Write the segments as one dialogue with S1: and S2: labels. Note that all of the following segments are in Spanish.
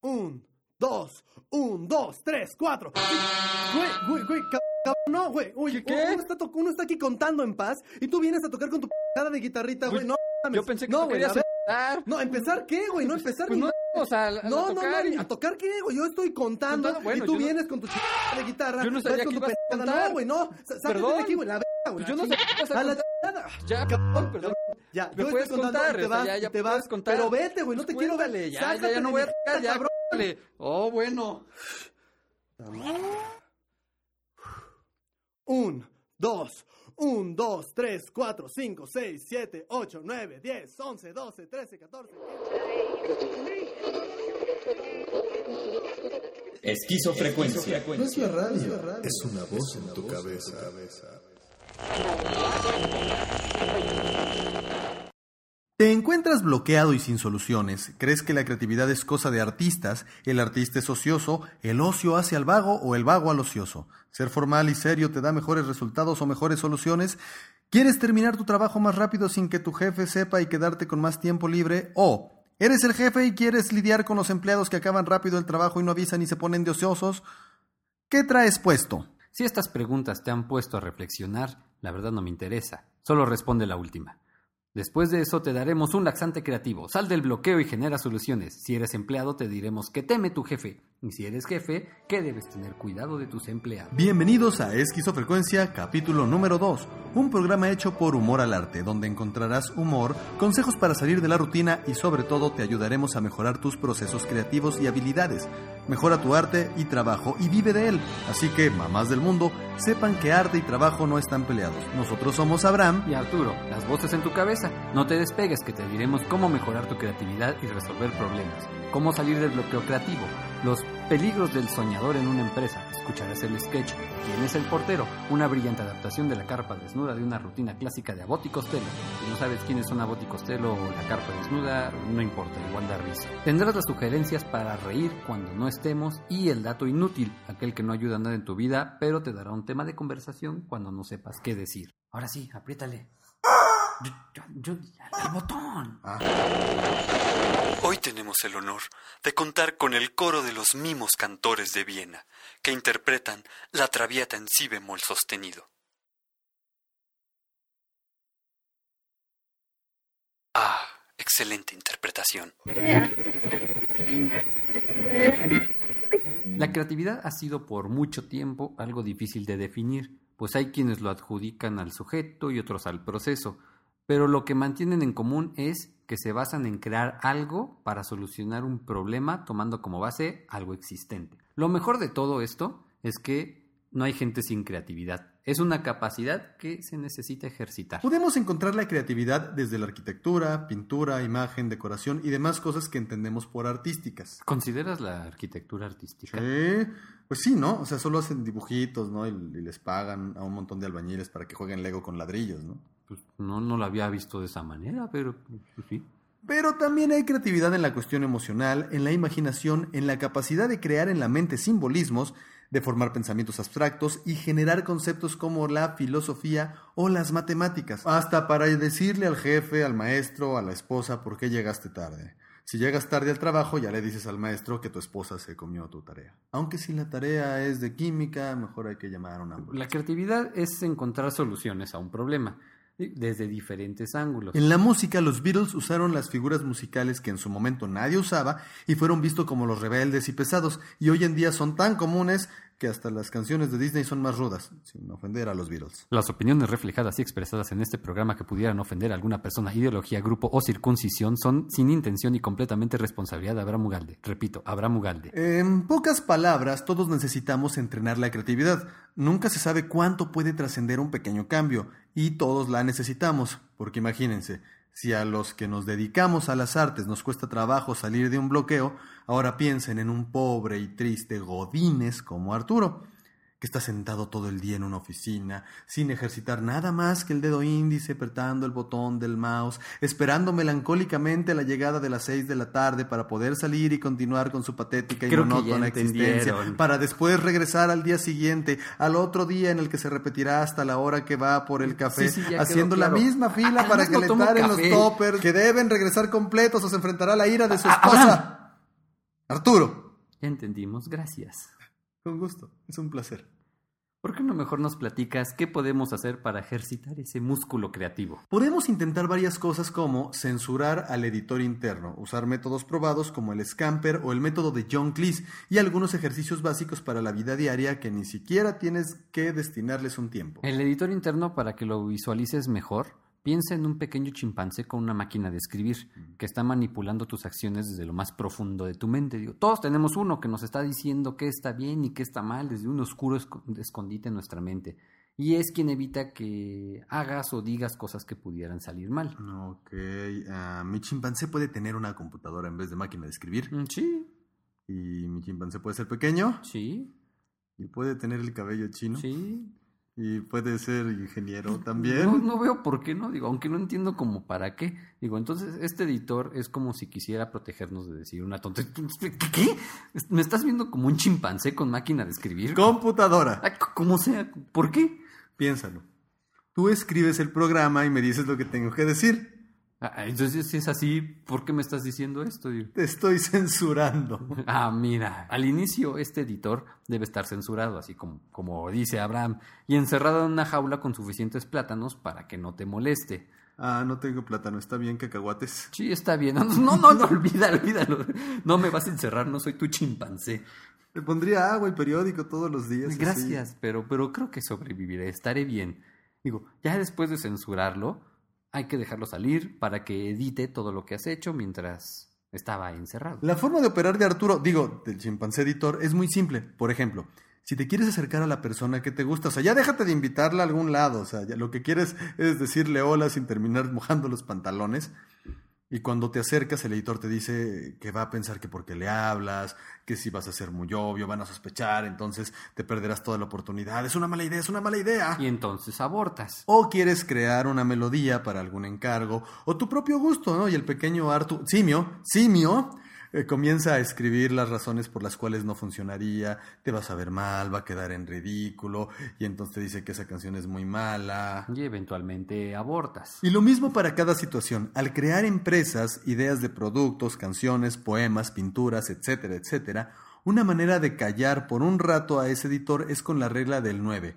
S1: Un, dos, un, dos, tres, cuatro. Güey, güey, güey, cab- cab- no, güey. Oye,
S2: ¿Qué?
S1: Uno está, to- uno está aquí contando en paz y tú vienes a tocar con tu p***ada de guitarrita, güey.
S2: Pues,
S1: No, mames.
S2: Yo pensé que
S1: no,
S2: tú
S1: güey,
S2: querías
S1: a ver,
S2: empezar.
S1: No, empezar qué, güey, no empezar
S2: Pues
S1: ni
S2: no, o sea, al- al
S1: no, no,
S2: tocar
S1: no,
S2: y-
S1: a tocar qué, güey. Yo estoy contando,
S2: Contando, bueno,
S1: y tú
S2: yo no-
S1: vienes con tu ch... de guitarra.
S2: Yo no
S1: vas
S2: sabía
S1: con
S2: que
S1: tu
S2: ibas a
S1: pendejada.
S2: cantar.
S1: No, güey, no. Sa- Sácate
S2: Perdón.
S1: de aquí, güey, la verga, güey.
S2: Pues yo no
S1: la
S2: sabía
S1: chingada.
S2: que ibas a
S1: A la
S2: contar.
S1: chingada.
S2: Ya,
S1: Cabrón,
S2: cabrón, perdón.
S1: Ya,
S2: Me
S1: yo
S2: puedes
S1: estoy contando
S2: contar,
S1: y te
S2: o sea,
S1: vas,
S2: ya, ya
S1: y te
S2: puedes
S1: vas.
S2: contar. Pues
S1: Pero vete, güey, no te quiero
S2: Cuéntale,
S1: ver.
S2: Ya, ya, ya no voy a tocar, ya, cuéntale. Oh, bueno.
S1: Un, dos, un, dos, tres, cuatro, cinco, seis, siete, ocho, nueve, diez, once, doce, trece, catorce.
S3: Esquizofrecuencia.
S4: No es la radio.
S5: Es una voz en tu cabeza.
S6: ¿Te encuentras bloqueado y sin soluciones? ¿Crees que la creatividad es cosa de artistas? ¿El artista es ocioso? ¿El ocio hace al vago o el vago al ocioso? ¿Ser formal y serio te da mejores resultados o mejores soluciones? ¿Quieres terminar tu trabajo más rápido sin que tu jefe sepa y quedarte con más tiempo libre? ¿O eres el jefe y quieres lidiar con los empleados que acaban rápido el trabajo y no avisan y se ponen de ociosos? ¿Qué traes puesto?
S7: Si estas preguntas te han puesto a reflexionar, la verdad no me interesa. Solo responde la última. Después de eso te daremos un laxante creativo. Sal del bloqueo y genera soluciones. Si eres empleado te diremos que teme tu jefe. Y si eres jefe, que debes tener cuidado de tus empleados.
S6: Bienvenidos a Esquizofrecuencia, capítulo número 2, un programa hecho por Humor al Arte, donde encontrarás humor, consejos para salir de la rutina y sobre todo te ayudaremos a mejorar tus procesos creativos y habilidades. Mejora tu arte y trabajo y vive de él. Así que, mamás del mundo, sepan que arte y trabajo no están peleados. Nosotros somos Abraham.
S7: Y Arturo, las voces en tu cabeza. No te despegues que te diremos cómo mejorar tu creatividad y resolver problemas. Cómo salir del bloqueo creativo. Los peligros del soñador en una empresa. Escucharás el sketch. ¿Quién es el portero? Una brillante adaptación de la carpa desnuda de una rutina clásica de Abot y Costello. Si no sabes quiénes son Abot y Costello o la carpa desnuda, no importa, igual da risa. Tendrás las sugerencias para reír cuando no estemos y el dato inútil, aquel que no ayuda a nada en tu vida, pero te dará un tema de conversación cuando no sepas qué decir. Ahora sí, apriétale. Yo, yo- yo- el botón.
S8: Hoy tenemos el honor de contar con el coro de los mimos cantores de Viena, que interpretan la traviata en si bemol sostenido. Ah, excelente interpretación.
S7: La creatividad ha sido por mucho tiempo algo difícil de definir, pues hay quienes lo adjudican al sujeto y otros al proceso, pero lo que mantienen en común es que se basan en crear algo para solucionar un problema tomando como base algo existente. Lo mejor de todo esto es que no hay gente sin creatividad, es una capacidad que se necesita ejercitar.
S6: Podemos encontrar la creatividad desde la arquitectura, pintura, imagen, decoración y demás cosas que entendemos por artísticas.
S7: ¿Consideras la arquitectura artística?
S6: Sí, pues sí, ¿no? O sea, solo hacen dibujitos, ¿no? Y, y les pagan a un montón de albañiles para que jueguen Lego con ladrillos, ¿no?
S7: Pues no, no la había visto de esa manera, pero pues, sí.
S6: Pero también hay creatividad en la cuestión emocional, en la imaginación, en la capacidad de crear en la mente simbolismos, de formar pensamientos abstractos y generar conceptos como la filosofía o las matemáticas. Hasta para decirle al jefe, al maestro, a la esposa por qué llegaste tarde. Si llegas tarde al trabajo, ya le dices al maestro que tu esposa se comió tu tarea. Aunque si la tarea es de química, mejor hay que llamar a una ambulancia.
S7: La creatividad es encontrar soluciones a un problema y- desde diferentes ángulos.
S6: En la música, los Beatles usaron las figuras musicales que en su momento nadie usaba y fueron vistos como los rebeldes y pesados, y hoy en día son tan comunes que hasta las canciones de Disney son más rudas, sin ofender a los Beatles.
S7: Las opiniones reflejadas y expresadas en este programa que pudieran ofender a alguna persona, ideología, grupo o circuncisión son sin intención y completamente responsabilidad de Abraham Ugalde. Repito, Abraham Ugalde.
S6: En pocas palabras, todos necesitamos entrenar la creatividad. Nunca se sabe cuánto puede trascender un pequeño cambio, y todos la necesitamos, porque imagínense, si a los que nos dedicamos a las artes nos cuesta trabajo salir de un bloqueo, ahora piensen en un pobre y triste Godínez como Arturo, que está sentado todo el día en una oficina, sin ejercitar nada más que el dedo índice, apretando el botón del mouse, esperando melancólicamente la llegada de las seis de la tarde para poder salir y continuar con su patética y
S7: Creo que ya
S6: monótona existencia,
S7: entendieron.
S6: para después regresar al día siguiente, al otro día en el que se repetirá hasta la hora que va por el café,
S7: Sí, sí, ya quedó
S6: haciendo la
S7: claro.
S6: misma fila
S7: Ah,
S6: para
S7: además no tomo
S6: calentar en los
S7: café.
S6: toppers, que deben regresar completos o se enfrentará a la ira de su
S7: Ah,
S6: esposa. Arturo.
S7: Ya entendimos, gracias.
S6: Con gusto, es un placer.
S7: ¿Por qué no mejor nos platicas qué podemos hacer para ejercitar ese músculo creativo?
S6: Podemos intentar varias cosas como censurar al editor interno, usar métodos probados como el scamper o el método de John Cleese y algunos ejercicios básicos para la vida diaria que ni siquiera tienes que destinarles un tiempo.
S7: El editor interno, para que lo visualices mejor, piensa en un pequeño chimpancé con una máquina de escribir que está manipulando tus acciones desde lo más profundo de tu mente. Digo, todos tenemos uno que nos está diciendo qué está bien y qué está mal desde un oscuro esco- escondite en nuestra mente. Y es quien evita que hagas o digas cosas que pudieran salir mal.
S6: Ok, ah, mi chimpancé puede tener una computadora en vez de máquina de escribir.
S7: Mm, Sí,
S6: Y mi chimpancé puede ser pequeño.
S7: sí,
S6: Y puede tener el cabello chino.
S7: sí.
S6: Y puede ser ingeniero
S7: No,
S6: también.
S7: no veo por qué no, digo, aunque no entiendo como para qué. Digo, entonces este editor es como si quisiera protegernos de decir una tontería. ¿Qué? ¿Me estás viendo como un chimpancé con máquina de escribir?
S6: Computadora.
S7: Ah, c- como sea, ¿por qué?
S6: Piénsalo. Tú escribes el programa y me dices lo que tengo que decir.
S7: Ah, ah, Entonces, si es así, ¿por qué me estás diciendo esto? Digo,
S6: Te estoy censurando.
S7: Ah, mira, al inicio este editor debe estar censurado, así como, como dice Abraham, y encerrado en una jaula con suficientes plátanos para que no te moleste.
S6: Ah, no tengo plátano. Está bien, cacahuates.
S7: Sí, está bien. No, no, no, no, olvida, olvídalo. No me vas a encerrar, no soy tu chimpancé.
S6: Te pondría agua y periódico todos los días. así.
S7: Gracias, pero, pero creo que sobreviviré, estaré bien. Digo, ya después de censurarlo, hay que dejarlo salir para que edite todo lo que has hecho mientras estaba encerrado.
S6: La forma de operar de Arturo, digo, del chimpancé editor, es muy simple. Por ejemplo, si te quieres acercar a la persona que te gusta, o sea, ya déjate de invitarla a algún lado, o sea, ya lo que quieres es decirle hola sin terminar mojando los pantalones. Y cuando te acercas, el editor te dice que va a pensar que porque le hablas, que si vas a ser muy obvio, van a sospechar, entonces te perderás toda la oportunidad. Es una mala idea, es una mala idea.
S7: Y entonces abortas.
S6: O quieres crear una melodía para algún encargo, o tu propio gusto, ¿no? Y el pequeño Artu, simio, simio, eh, comienza a escribir las razones por las cuales no funcionaría, te vas a ver mal, va a quedar en ridículo, y entonces te dice que esa canción es muy mala.
S7: Y eventualmente abortas.
S6: Y lo mismo para cada situación. Al crear empresas, ideas de productos, canciones, poemas, pinturas, etcétera, etcétera, una manera de callar por un rato a ese editor es con la regla del 9,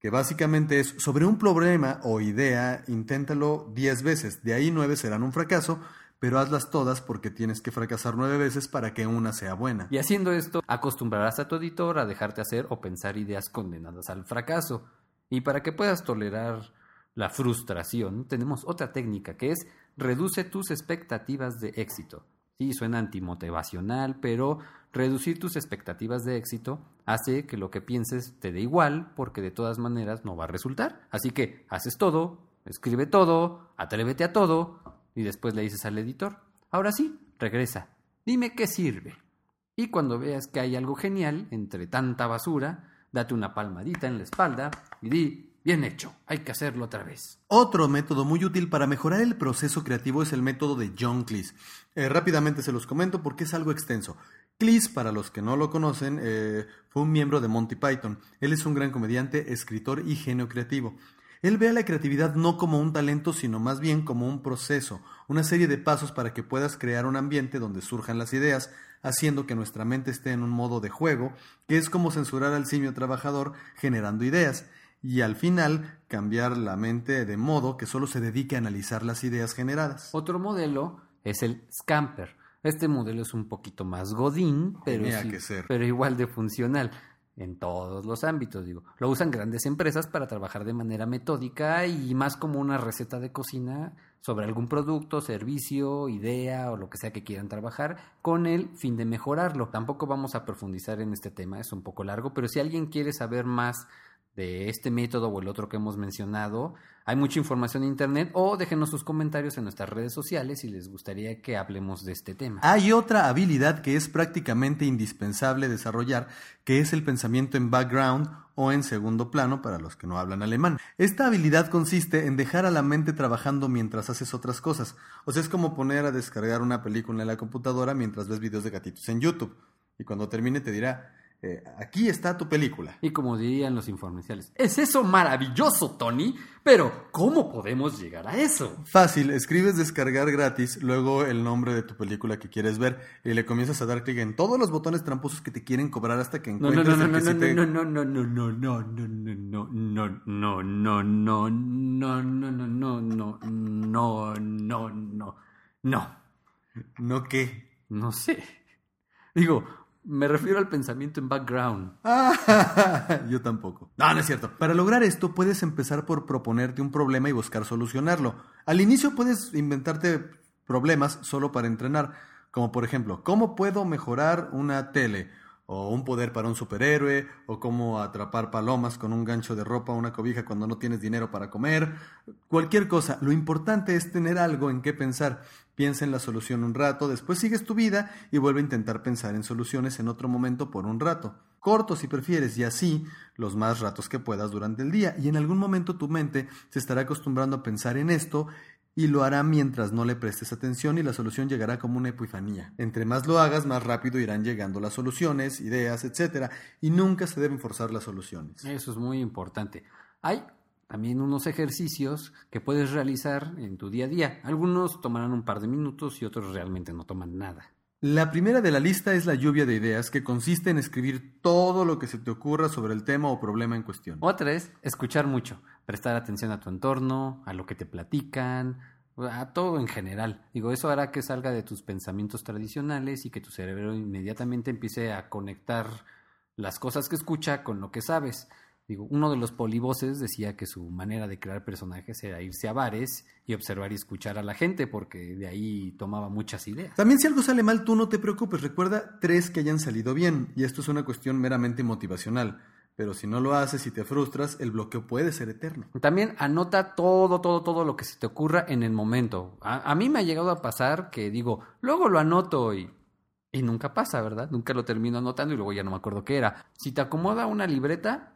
S6: que básicamente es sobre un problema o idea, inténtalo 10 veces, de ahí 9 serán un fracaso, pero hazlas todas porque tienes que fracasar 9 veces para que una sea buena.
S7: Y haciendo esto, acostumbrarás a tu editor a dejarte hacer o pensar ideas condenadas al fracaso. Y para que puedas tolerar la frustración, tenemos otra técnica que es reduce tus expectativas de éxito. Sí, suena antimotivacional, pero reducir tus expectativas de éxito hace que lo que pienses te dé igual, porque de todas maneras no va a resultar. Así que haces todo, escribe todo, atrévete a todo, y después le dices al editor, ahora sí, regresa, dime qué sirve. Y cuando veas que hay algo genial entre tanta basura, date una palmadita en la espalda y di, bien hecho, hay que hacerlo otra vez.
S6: Otro método muy útil para mejorar el proceso creativo es el método de John Cleese. Eh, rápidamente se los comento porque es algo extenso. Cleese, para los que no lo conocen, eh, fue un miembro de Monty Python. Él es un gran comediante, escritor y genio creativo. Él ve a la creatividad no como un talento, sino más bien como un proceso, una serie de pasos para que puedas crear un ambiente donde surjan las ideas, haciendo que nuestra mente esté en un modo de juego, que es como censurar al simio trabajador generando ideas y al final cambiar la mente de modo que solo se dedique a analizar las ideas generadas.
S7: Otro modelo es el scamper. Este modelo es un poquito más godín, pero,
S6: Tenía
S7: sí-
S6: que ser.
S7: pero igual de funcional en todos los ámbitos, digo. Lo usan grandes empresas para trabajar de manera metódica y más como una receta de cocina sobre algún producto, servicio, idea o lo que sea que quieran trabajar con el fin de mejorarlo. Tampoco vamos a profundizar en este tema, es un poco largo, pero si alguien quiere saber más de este método o el otro que hemos mencionado, hay mucha información en internet o déjenos sus comentarios en nuestras redes sociales si les gustaría que hablemos de este tema.
S6: Hay otra habilidad que es prácticamente indispensable desarrollar, que es el pensamiento en background o en segundo plano para los que no hablan alemán. Esta habilidad consiste en dejar a la mente trabajando mientras haces otras cosas. O sea, es como poner a descargar una película en la computadora mientras ves videos de gatitos en YouTube. Y cuando termine te dirá, eh, aquí está tu película.
S7: Y como dirían los informenciales, es eso maravilloso, Tony, pero ¿cómo podemos llegar a eso?
S6: Fácil, escribes descargar gratis, luego el nombre de tu película que quieres ver y le comienzas a dar clic en todos los botones tramposos que te quieren cobrar hasta que
S7: No, no,
S6: encuentres
S7: no, no,
S6: el
S7: no,
S6: que sí te-
S7: no, no, no, no, no, no, no, no, no, no, no, no, no, no, no, no, no, no, no, no, no, no,
S6: ¿No qué.
S7: no sé. Digo, me refiero al pensamiento en background.
S6: Ah, yo tampoco. No, no es cierto. Para lograr esto puedes empezar por proponerte un problema y buscar solucionarlo. Al inicio puedes inventarte problemas solo para entrenar, como por ejemplo, ¿cómo puedo mejorar una tele? O un poder para un superhéroe, o cómo atrapar palomas con un gancho de ropa o una cobija cuando no tienes dinero para comer. Cualquier cosa. Lo importante es tener algo en qué pensar. Piensa en la solución un rato, después sigues tu vida y vuelve a intentar pensar en soluciones en otro momento por un rato. Corto si prefieres y así los más ratos que puedas durante el día. Y en algún momento tu mente se estará acostumbrando a pensar en esto y lo hará mientras no le prestes atención y la solución llegará como una epifanía. Entre más lo hagas, más rápido irán llegando las soluciones, ideas, etc. Y nunca se deben forzar las soluciones.
S7: Eso es muy importante. Hay también unos ejercicios que puedes realizar en tu día a día. Algunos tomarán un par de minutos y otros realmente no toman nada.
S6: La primera de la lista es la lluvia de ideas, que consiste en escribir todo lo que se te ocurra sobre el tema o problema en cuestión.
S7: Otra es escuchar mucho, prestar atención a tu entorno, a lo que te platican, a todo en general. Digo, eso hará que salga de tus pensamientos tradicionales y que tu cerebro inmediatamente empiece a conectar las cosas que escucha con lo que sabes. Digo, uno de los polivoces decía que su manera de crear personajes era irse a bares y observar y escuchar a la gente, porque de ahí tomaba muchas ideas.
S6: También si algo sale mal, tú no te preocupes. Recuerda tres que hayan salido bien. Y esto es una cuestión meramente motivacional. Pero si no lo haces y te frustras, el bloqueo puede ser eterno.
S7: También anota todo, todo, todo lo que se te ocurra en el momento. A, a mí me ha llegado a pasar que digo, luego lo anoto y, y nunca pasa, ¿verdad? Nunca lo termino anotando y luego ya no me acuerdo qué era. Si te acomoda una libreta,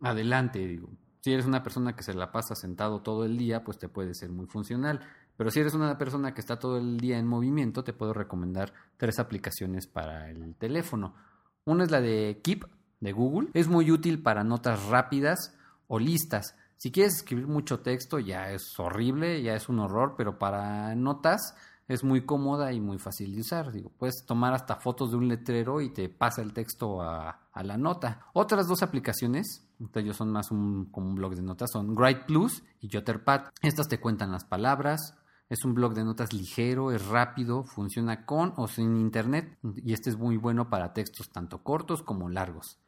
S7: adelante, digo. Si eres una persona que se la pasa sentado todo el día, pues te puede ser muy funcional. Pero si eres una persona que está todo el día en movimiento, te puedo recomendar tres aplicaciones para el teléfono. Una es la de Keep de Google. Es muy útil para notas rápidas o listas. Si quieres escribir mucho texto, ya es horrible, ya es un horror, pero para notas es muy cómoda y muy fácil de usar. Digo, puedes tomar hasta fotos de un letrero y te pasa el texto a, a la nota. Otras dos aplicaciones, entre ellos son más un, como un blog de notas, son Write Plus y Jotterpad. Estas te cuentan las palabras, es un blog de notas ligero, es rápido, funciona con o sin internet y este es muy bueno para textos tanto cortos como largos.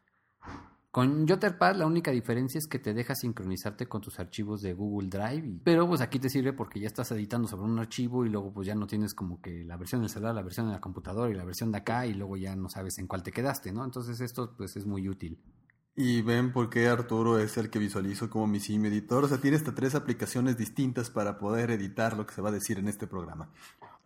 S7: Con Jotterpad la única diferencia es que te deja sincronizarte con tus archivos de Google Drive, y- pero pues aquí te sirve porque ya estás editando sobre un archivo y luego pues ya no tienes como que la versión del celular, la versión de la computadora y la versión de acá y luego ya no sabes en cuál te quedaste, ¿no? Entonces esto pues es muy útil.
S6: Y ven por qué Arturo es el que visualizo como mi sim editor. O sea, tiene hasta tres aplicaciones distintas para poder editar lo que se va a decir en este programa.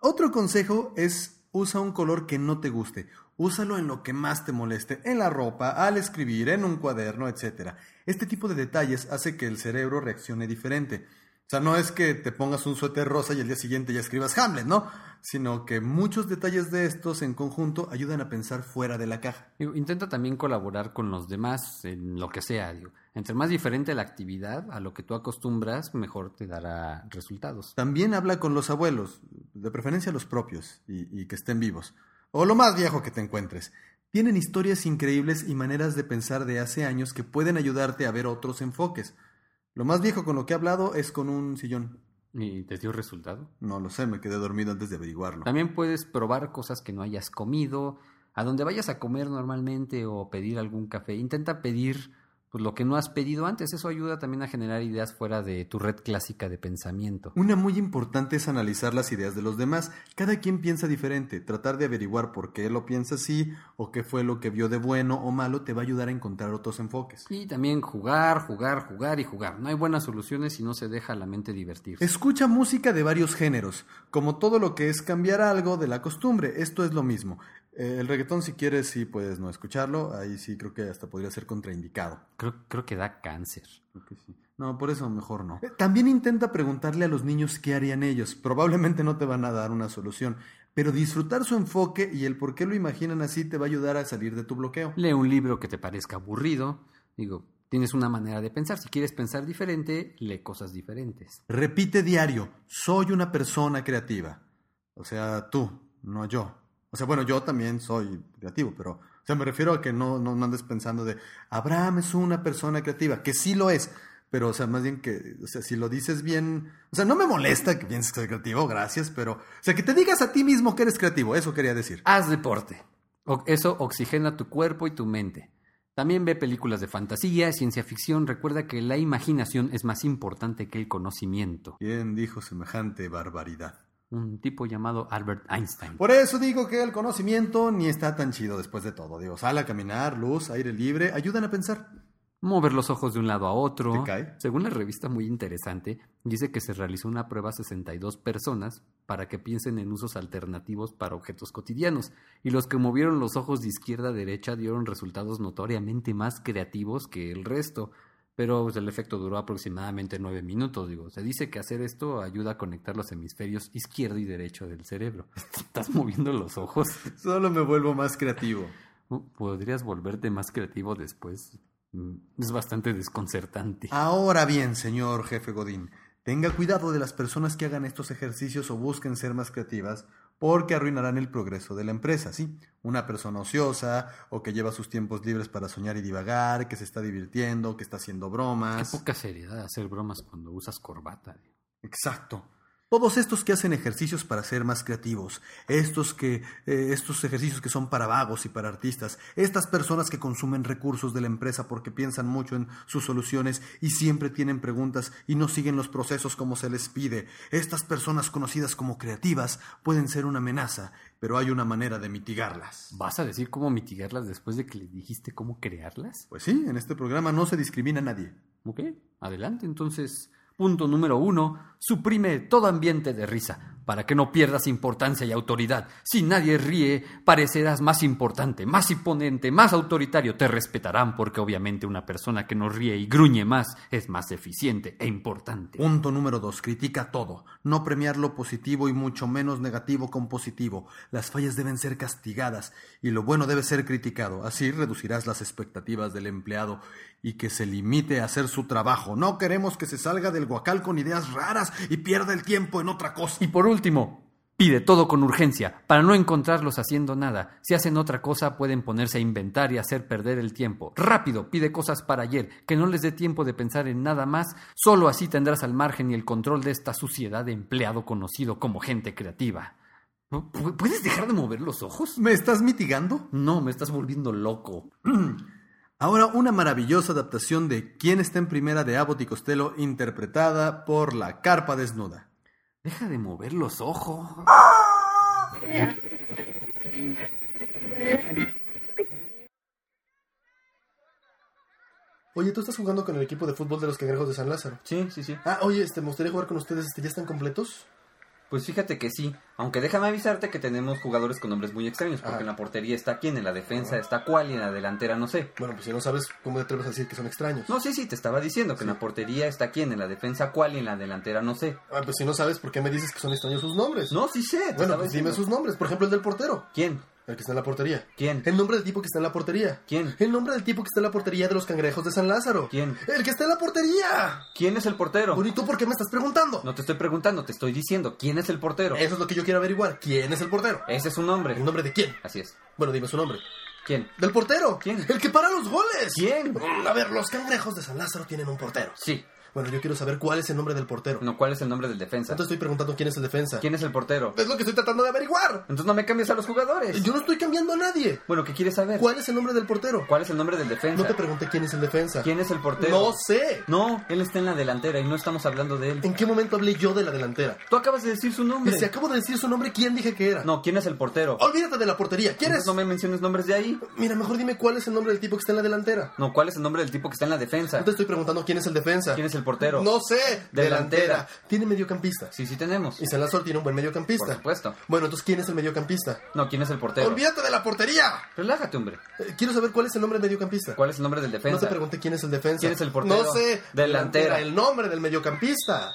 S6: Otro consejo es usa un color que no te guste. Úsalo en lo que más te moleste, en la ropa, al escribir, en un cuaderno, etc. Este tipo de detalles hace que el cerebro reaccione diferente. O sea, no es que te pongas un suéter rosa y al día siguiente ya escribas Hamlet, ¿no? Sino que muchos detalles de estos en conjunto ayudan a pensar fuera de la caja.
S7: Digo, Intenta también colaborar con los demás en lo que sea. digo. Entre más diferente la actividad a lo que tú acostumbras, mejor te dará resultados.
S6: También habla con los abuelos, de preferencia los propios, y, y que estén vivos. O lo más viejo que te encuentres. Tienen historias increíbles y maneras de pensar de hace años que pueden ayudarte a ver otros enfoques. Lo más viejo con lo que he hablado es con un sillón.
S7: ¿Y te dio resultado?
S6: No lo sé, me quedé dormido antes de averiguarlo.
S7: También puedes probar cosas que no hayas comido. A donde vayas a comer normalmente o pedir algún café, intenta pedir pues, lo que no has pedido antes. Eso ayuda también a generar ideas fuera de tu red clásica de pensamiento.
S6: Una muy importante es analizar las ideas de los demás. Cada quien piensa diferente. Tratar de averiguar por qué lo piensa así o qué fue lo que vio de bueno o malo te va a ayudar a encontrar otros enfoques.
S7: Y también jugar, jugar, jugar y jugar. No hay buenas soluciones si no se deja a la mente divertirse.
S6: Escucha música de varios géneros, como todo lo que es cambiar algo de la costumbre, esto es lo mismo. Eh, el reggaetón si quieres sí puedes no escucharlo, ahí sí creo que hasta podría ser contraindicado.
S7: Creo, creo que da cáncer.
S6: No, por eso mejor no. Eh, También intenta preguntarle a los niños qué harían ellos, probablemente no te van a dar una solución, Pero disfrutar su enfoque y el por qué lo imaginan así te va a ayudar a salir de tu bloqueo.
S7: Lee un libro que te parezca aburrido. Digo, tienes una manera de pensar. Si quieres pensar diferente, lee cosas diferentes.
S6: Repite diario, soy una persona creativa. O sea, tú, no yo. O sea, bueno, yo también soy creativo, pero... O sea, me refiero a que no, no, no andes pensando de, Abraham es una persona creativa, que sí lo es. Pero, o sea, más bien que, o sea, si lo dices bien, o sea, no me molesta que pienses que soy creativo, gracias, pero, o sea, que te digas a ti mismo que eres creativo, eso quería decir.
S7: Haz deporte. O- Eso oxigena tu cuerpo y tu mente. También ve películas de fantasía, ciencia ficción. Recuerda que la imaginación es más importante que el conocimiento.
S6: ¿Quién dijo semejante barbaridad?
S7: Un tipo llamado Albert Einstein.
S6: Por eso digo que el conocimiento ni está tan chido después de todo. Digo, sal a caminar, luz, aire libre, ayudan a pensar.
S7: Mover los ojos de un lado a otro.
S6: ¿Te cae?
S7: Según la revista muy interesante, dice que se realizó una prueba a 62 personas para que piensen en usos alternativos para objetos cotidianos. Y los que movieron los ojos de izquierda a derecha dieron resultados notoriamente más creativos que el resto. Pero pues, el efecto duró aproximadamente nueve minutos. Digo, se dice que hacer esto ayuda a conectar los hemisferios izquierdo y derecho del cerebro. Estás moviendo los ojos.
S6: Solo me vuelvo más creativo.
S7: Podrías volverte más creativo después. Mm, Es bastante desconcertante.
S6: Ahora bien, señor jefe Godín, tenga cuidado de las personas que hagan estos ejercicios o busquen ser más creativas porque arruinarán el progreso de la empresa, ¿sí? Una persona ociosa o que lleva sus tiempos libres para soñar y divagar, que se está divirtiendo, que está haciendo
S7: Qué
S6: bromas.
S7: poca seriedad hacer bromas cuando usas corbata. eh.
S6: Exacto. Todos estos que hacen ejercicios para ser más creativos, estos que eh, estos ejercicios que son para vagos y para artistas, estas personas que consumen recursos de la empresa porque piensan mucho en sus soluciones y siempre tienen preguntas y no siguen los procesos como se les pide. Estas personas conocidas como creativas pueden ser una amenaza, pero hay una manera de mitigarlas.
S7: ¿Vas a decir cómo mitigarlas después de que les dijiste cómo crearlas?
S6: Pues sí, en este programa no se discrimina a nadie.
S7: Ok, adelante. Entonces, punto número uno, suprime todo ambiente de risa para que no pierdas importancia y autoridad. Si nadie ríe, parecerás más importante, más imponente, más autoritario. Te respetarán porque obviamente una persona que no ríe y gruñe más es más eficiente e importante.
S6: Punto número dos, critica todo. No premiar lo positivo y mucho menos negativo con positivo. Las fallas deben ser castigadas y lo bueno debe ser criticado. Así reducirás las expectativas del empleado y que se limite a hacer su trabajo. No queremos que se salga del guacal con ideas raras y pierda el tiempo en otra cosa.
S7: Y por último, pide todo con urgencia, para no encontrarlos haciendo nada. Si hacen otra cosa, pueden ponerse a inventar y hacer perder el tiempo. Rápido, pide cosas para ayer, que no les dé tiempo de pensar en nada más. Solo así tendrás al margen y el control de esta suciedad de empleado conocido como gente creativa. ¿Pu- pu- ¿Puedes dejar de mover los ojos?
S6: ¿Me estás mitigando?
S7: No, me estás volviendo loco.
S6: Ahora una maravillosa adaptación de Quién está en primera de Abbott y Costello interpretada por la carpa desnuda.
S7: Deja de mover los ojos.
S4: Oye, ¿tú estás jugando con el equipo de fútbol de los cangrejos de San Lázaro?
S9: Sí, sí, sí.
S4: Ah, oye, este, me gustaría jugar con ustedes, este, ¿ya están completos?
S9: Pues fíjate que sí. Aunque déjame avisarte que tenemos jugadores con nombres muy extraños. Porque
S4: Ah.
S9: en la portería está quién, en la defensa está cuál y en la delantera no sé.
S4: Bueno, pues si no sabes, ¿cómo te atreves a decir que son extraños?
S9: No, sí, sí, te estaba diciendo que en la portería está quién, en la defensa cuál y en la delantera no sé.
S4: Ah, pues si no sabes, ¿por qué me dices que son extraños sus nombres?
S9: No, sí sé. te
S4: Bueno,
S9: estaba
S4: pues dime
S9: diciendo.
S4: sus nombres, por ejemplo, el del portero,
S9: ¿Quién?
S4: el que está en la portería.
S9: ¿Quién?
S4: El nombre del tipo que está en la portería.
S9: ¿Quién?
S4: El nombre del tipo que está en la portería de los cangrejos de San Lázaro.
S9: ¿Quién?
S4: El que está en la portería.
S9: ¿Quién es el portero?
S4: Bueno, ¿y tú por qué me estás preguntando?
S9: No te estoy preguntando, te estoy diciendo quién es el portero.
S4: Eso es lo que yo quiero averiguar. ¿Quién es el portero?
S9: Ese es su nombre.
S4: ¿El nombre de quién?
S9: Así es.
S4: Bueno, dime su nombre.
S9: ¿Quién?
S4: Del portero.
S9: ¿Quién?
S4: El que para los goles.
S9: ¿Quién?
S4: Mm, A ver, los cangrejos de San Lázaro tienen un portero.
S9: Sí.
S4: Bueno, yo quiero saber cuál es el nombre del portero.
S9: No, ¿cuál es el nombre del defensa?
S4: No te estoy preguntando quién es el defensa.
S9: ¿Quién es el portero?
S4: Es lo que estoy tratando de averiguar.
S9: Entonces no me cambies a los jugadores.
S4: Yo no estoy cambiando a nadie.
S9: Bueno, ¿qué quieres saber?
S4: ¿Cuál es el nombre del portero?
S9: ¿Cuál es el nombre del defensa?
S4: No te pregunté quién es el defensa.
S9: ¿Quién es el portero?
S4: No sé.
S9: No, él está en la delantera y no estamos hablando de él.
S4: ¿En qué momento hablé yo de la delantera?
S9: Tú acabas de decir su nombre.
S4: Y si acabo de decir su nombre, ¿quién dije que era?
S9: No, ¿quién es el portero?
S4: Olvídate de la portería. ¿Quién
S9: Entonces
S4: es?
S9: No me menciones nombres de ahí.
S4: Mira, mejor dime cuál es el nombre del tipo que está en la delantera.
S9: No, ¿cuál es el nombre del tipo que está en la defensa?
S4: No te estoy preguntando quién es el defensa.
S9: ¿Quién es el portero?
S4: No sé.
S9: Delantera.
S4: Tiene mediocampista.
S9: Sí, sí tenemos.
S4: Y San Lázaro tiene un buen mediocampista.
S9: Por supuesto.
S4: Bueno, entonces, ¿quién es el mediocampista?
S9: No, ¿quién es el portero?
S4: Olvídate de la portería.
S9: Relájate, hombre.
S4: Eh, quiero saber cuál es el nombre del mediocampista.
S9: ¿Cuál es el nombre del
S4: No te
S9: defensa?
S4: pregunté quién es el defensa.
S9: ¿Quién es el portero?
S4: No sé.
S9: Delantera.
S4: El nombre del mediocampista.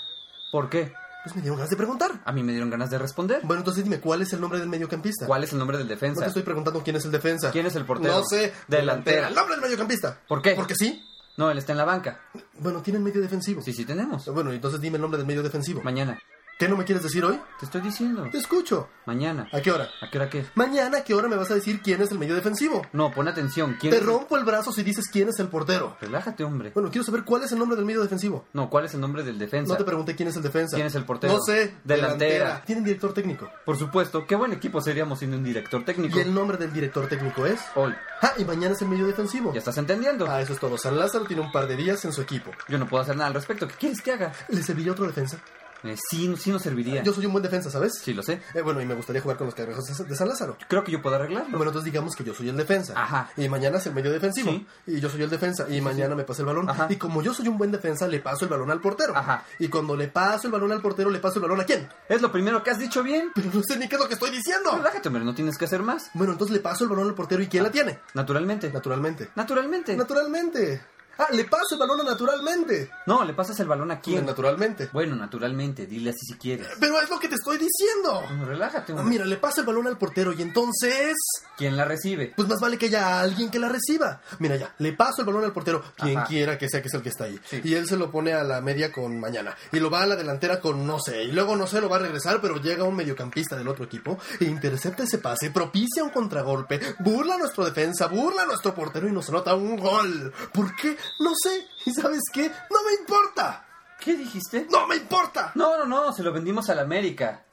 S9: ¿Por qué?
S4: Pues me dieron ganas de preguntar.
S9: A mí me dieron ganas de responder.
S4: Bueno, entonces dime, ¿cuál es el nombre del mediocampista?
S9: ¿Cuál es el nombre del
S4: No
S9: defensa?
S4: te estoy preguntando quién es el defensa.
S9: ¿Quién es el portero?
S4: No sé.
S9: Delantera.
S4: El nombre del mediocampista.
S9: ¿Por qué?
S4: Porque sí.
S9: No, él está en la banca.
S4: Bueno, tienen medio defensivo.
S9: Sí, sí tenemos.
S4: Bueno, entonces dime el nombre del medio defensivo.
S9: Mañana.
S4: ¿Qué no me quieres decir hoy?
S9: Te estoy diciendo.
S4: Te escucho.
S9: Mañana.
S4: ¿A qué hora?
S9: ¿A qué hora qué?
S4: Mañana, ¿a qué hora me vas a decir quién es el medio defensivo?
S9: No, pon atención. ¿Quién
S4: Te
S9: es el-
S4: rompo el brazo si dices quién es el portero.
S9: Relájate, hombre.
S4: Bueno, quiero saber cuál es el nombre del medio defensivo.
S9: No, ¿cuál es el nombre del defensa?
S4: No te pregunté quién es el defensa.
S9: ¿Quién es el portero?
S4: No sé.
S9: Delantera.
S4: Tienen director técnico.
S9: Por supuesto, qué buen equipo seríamos sin un director técnico.
S4: ¿Y el nombre del director técnico es?
S9: Hoy.
S4: Ah, y mañana es el medio defensivo.
S9: ¿Ya estás entendiendo?
S4: Ah, eso es todo. San Lázaro tiene un par de días en su equipo.
S9: Yo no puedo hacer nada al respecto. ¿Qué quieres que haga?
S4: ¿Le serviría otro defensa?
S9: Eh, sí, sí nos serviría.
S4: Yo soy un buen defensa, ¿sabes?
S9: Sí, lo sé.
S4: Eh, bueno, y me gustaría jugar con los cangrejos de San Lázaro.
S9: Creo que yo puedo arreglarlo.
S4: Bueno, entonces digamos que yo soy el defensa.
S9: Ajá.
S4: Y mañana es el medio defensivo.
S9: Sí.
S4: Y yo soy el defensa. Y mañana me pasa el balón.
S9: Ajá.
S4: Y como yo soy un buen defensa, le paso el balón al portero.
S9: Ajá.
S4: Y cuando le paso el balón al portero, le paso el balón a quién?
S9: Es lo primero que has dicho bien.
S4: Pero no sé ni qué es lo que estoy diciendo.
S9: Relájate, hombre, no tienes que hacer más.
S4: Bueno, entonces le paso el balón al portero y ¿quién la tiene?
S9: Naturalmente.
S4: Naturalmente.
S9: Naturalmente.
S4: Naturalmente. Ah, le paso el balón a naturalmente.
S9: no, le pasas el balón a quién.
S4: Naturalmente.
S9: bueno, naturalmente, dile así si quieres.
S4: Pero es lo que te estoy diciendo.
S9: Bueno, relájate,
S4: Ah,
S9: hombre.
S4: Mira, le paso el balón al portero y entonces...
S9: ¿Quién la recibe?
S4: Pues más vale que haya alguien que la reciba. Mira ya, le paso el balón al portero, quien
S9: Ajá.
S4: quiera que sea que es el que está ahí.
S9: Sí.
S4: Y él se lo pone a la media con mañana. Y lo va a la delantera con no sé. Y luego no sé, lo va a regresar, pero llega un mediocampista del otro equipo e intercepta ese pase, propicia un contragolpe, burla a nuestro defensa, burla a nuestro portero y nos anota un gol. ¿Por qué? No sé. ¿Y sabes qué? No me importa.
S9: ¿Qué dijiste?
S4: No me importa.
S9: No, no, no, se lo vendimos al América.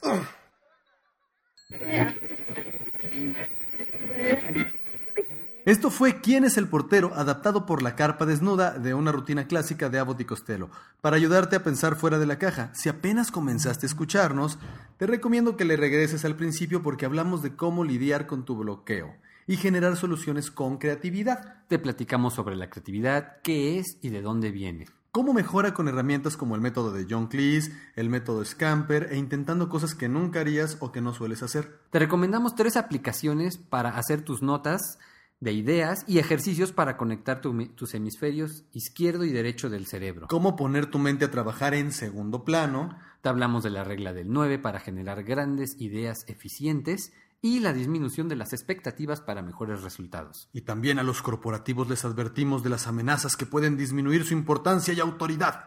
S6: Esto fue ¿Quién es el portero? adaptado por la carpa desnuda de una rutina clásica de Abbott y Costello. Para ayudarte a pensar fuera de la caja, si apenas comenzaste a escucharnos, te recomiendo que le regreses al principio porque hablamos de cómo lidiar con tu bloqueo y generar soluciones con creatividad.
S7: Te platicamos sobre la creatividad, qué es y de dónde viene.
S6: Cómo mejora con herramientas como el método de John Cleese, el método Scamper e intentando cosas que nunca harías o que no sueles hacer.
S7: Te recomendamos tres aplicaciones para hacer tus notas de ideas y ejercicios para conectar tu- tus hemisferios izquierdo y derecho del cerebro.
S6: Cómo poner tu mente a trabajar en segundo plano.
S7: Te hablamos de la regla del 9 para generar grandes ideas eficientes y la disminución de las expectativas para mejores resultados.
S6: Y también a los corporativos les advertimos de las amenazas que pueden disminuir su importancia y autoridad.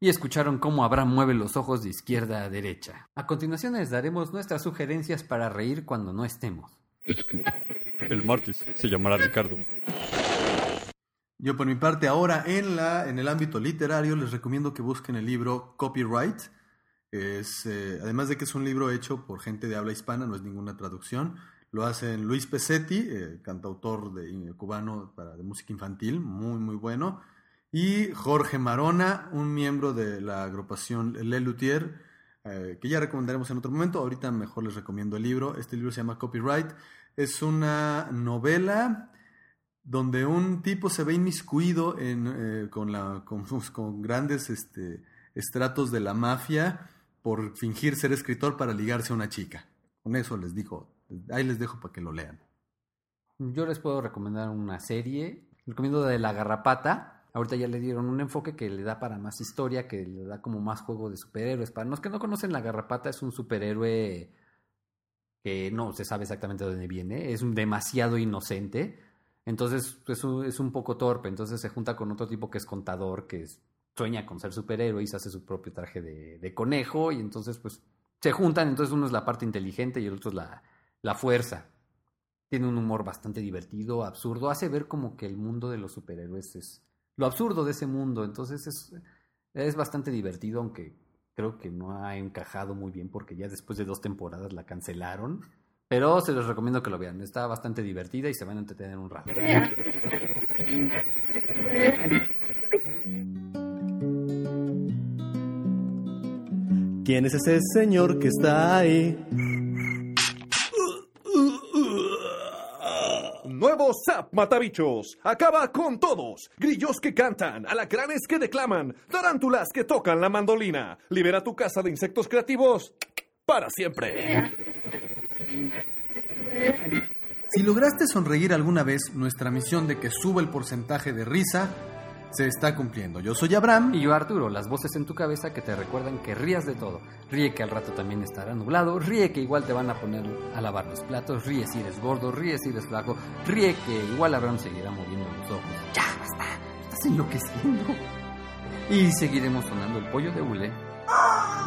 S7: Y escucharon cómo Abraham mueve los ojos de izquierda a derecha. A continuación les daremos nuestras sugerencias para reír cuando no estemos.
S10: El martes se llamará Ricardo.
S6: Yo por mi parte ahora en, la, en el ámbito literario les recomiendo que busquen el libro Copyright. Es, eh, además de que es un libro hecho por gente de habla hispana, no es ninguna traducción. Lo hacen Luis Pesetti, eh, cantautor de, eh, cubano para, de música infantil, muy muy bueno. Y Jorge Marona, un miembro de la agrupación Le Luthier, eh, que ya recomendaremos en otro momento. Ahorita mejor les recomiendo el libro. Este libro se llama Copyright. Es una novela donde un tipo se ve inmiscuido en, eh, con, la, con, con grandes este, estratos de la mafia por fingir ser escritor para ligarse a una chica. Con eso les digo, ahí les dejo para que lo lean.
S7: Yo les puedo recomendar una serie. Recomiendo de La Garrapata. Ahorita ya le dieron un enfoque que le da para más historia, que le da como más juego de superhéroes. Para los que no conocen, La Garrapata es un superhéroe que no se sabe exactamente de dónde viene. Es un demasiado inocente. Entonces es un, es un poco torpe. Entonces se junta con otro tipo que es contador, que es- sueña con ser superhéroe y se hace su propio traje de, de conejo. Y entonces pues se juntan. Entonces uno es la parte inteligente y el otro es la, la fuerza. Tiene un humor bastante divertido, absurdo. Hace ver como que el mundo de los superhéroes es lo absurdo de ese mundo. Entonces es, es bastante divertido, aunque creo que no ha encajado muy bien porque ya después de dos temporadas la cancelaron. Pero se los recomiendo que lo vean. Está bastante divertida y se van a entretener un rato.
S1: ¿Quién es ese señor que está ahí?
S11: Nuevo Zap Matabichos. Acaba con todos. Grillos que cantan, alacranes que declaman, tarántulas que tocan la mandolina. Libera tu casa de insectos creativos para siempre.
S6: Si lograste sonreír alguna vez, nuestra misión de que suba el porcentaje de risa se está cumpliendo. Yo soy Abraham.
S7: Y yo Arturo, las voces en tu cabeza que te recuerdan que rías de todo. Ríe que al rato también estará nublado, ríe que igual te van a poner a lavar los platos, ríe si eres gordo, ríe si eres flaco, ríe que igual Abraham seguirá moviendo los ojos. Ya, basta, estás enloqueciendo. Y seguiremos sonando el pollo de hule.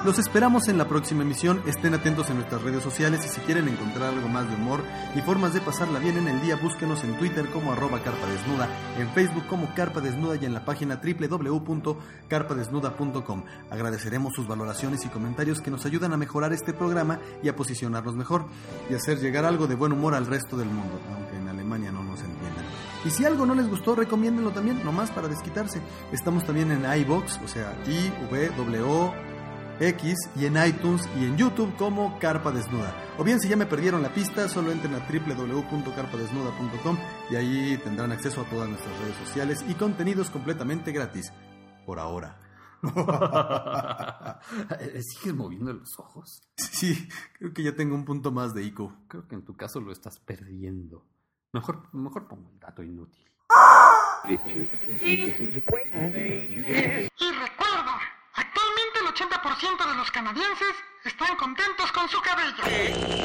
S6: Los esperamos en la próxima emisión. Estén atentos en nuestras redes sociales y si quieren encontrar algo más de humor y formas de pasarla bien en el día, búsquenos en Twitter como arroba carpa desnuda, en Facebook como carpa desnuda y en la página www.carpadesnuda.com. Agradeceremos sus valoraciones y comentarios que nos ayudan a mejorar este programa y a posicionarnos mejor y hacer llegar algo de buen humor al resto del mundo, aunque en Alemania no nos entiendan. Y si algo no les gustó, recomiéndenlo también, nomás para desquitarse. Estamos también en iBox, o sea, I, V, W, X y en iTunes y en YouTube como Carpa Desnuda. O bien si ya me perdieron la pista, solo entren a www.carpadesnuda.com y ahí tendrán acceso a todas nuestras redes sociales y contenidos completamente gratis. Por ahora.
S7: Eh, ¿Sigues moviendo los ojos?
S6: Sí, creo que ya tengo un punto más de ICO.
S7: Creo que en tu caso lo estás perdiendo. Mejor, mejor pongo un dato inútil.
S12: Y recuerda, actualmente el 80% de los canadienses están contentos con su cabello.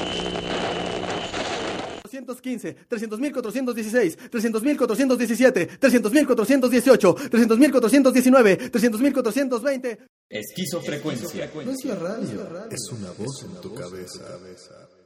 S1: 215, 300.416, 300.417, 300.418, 300.419, 300.420.
S3: Esquizofrecuencia.
S5: No es la radio, es una voz en tu cabeza.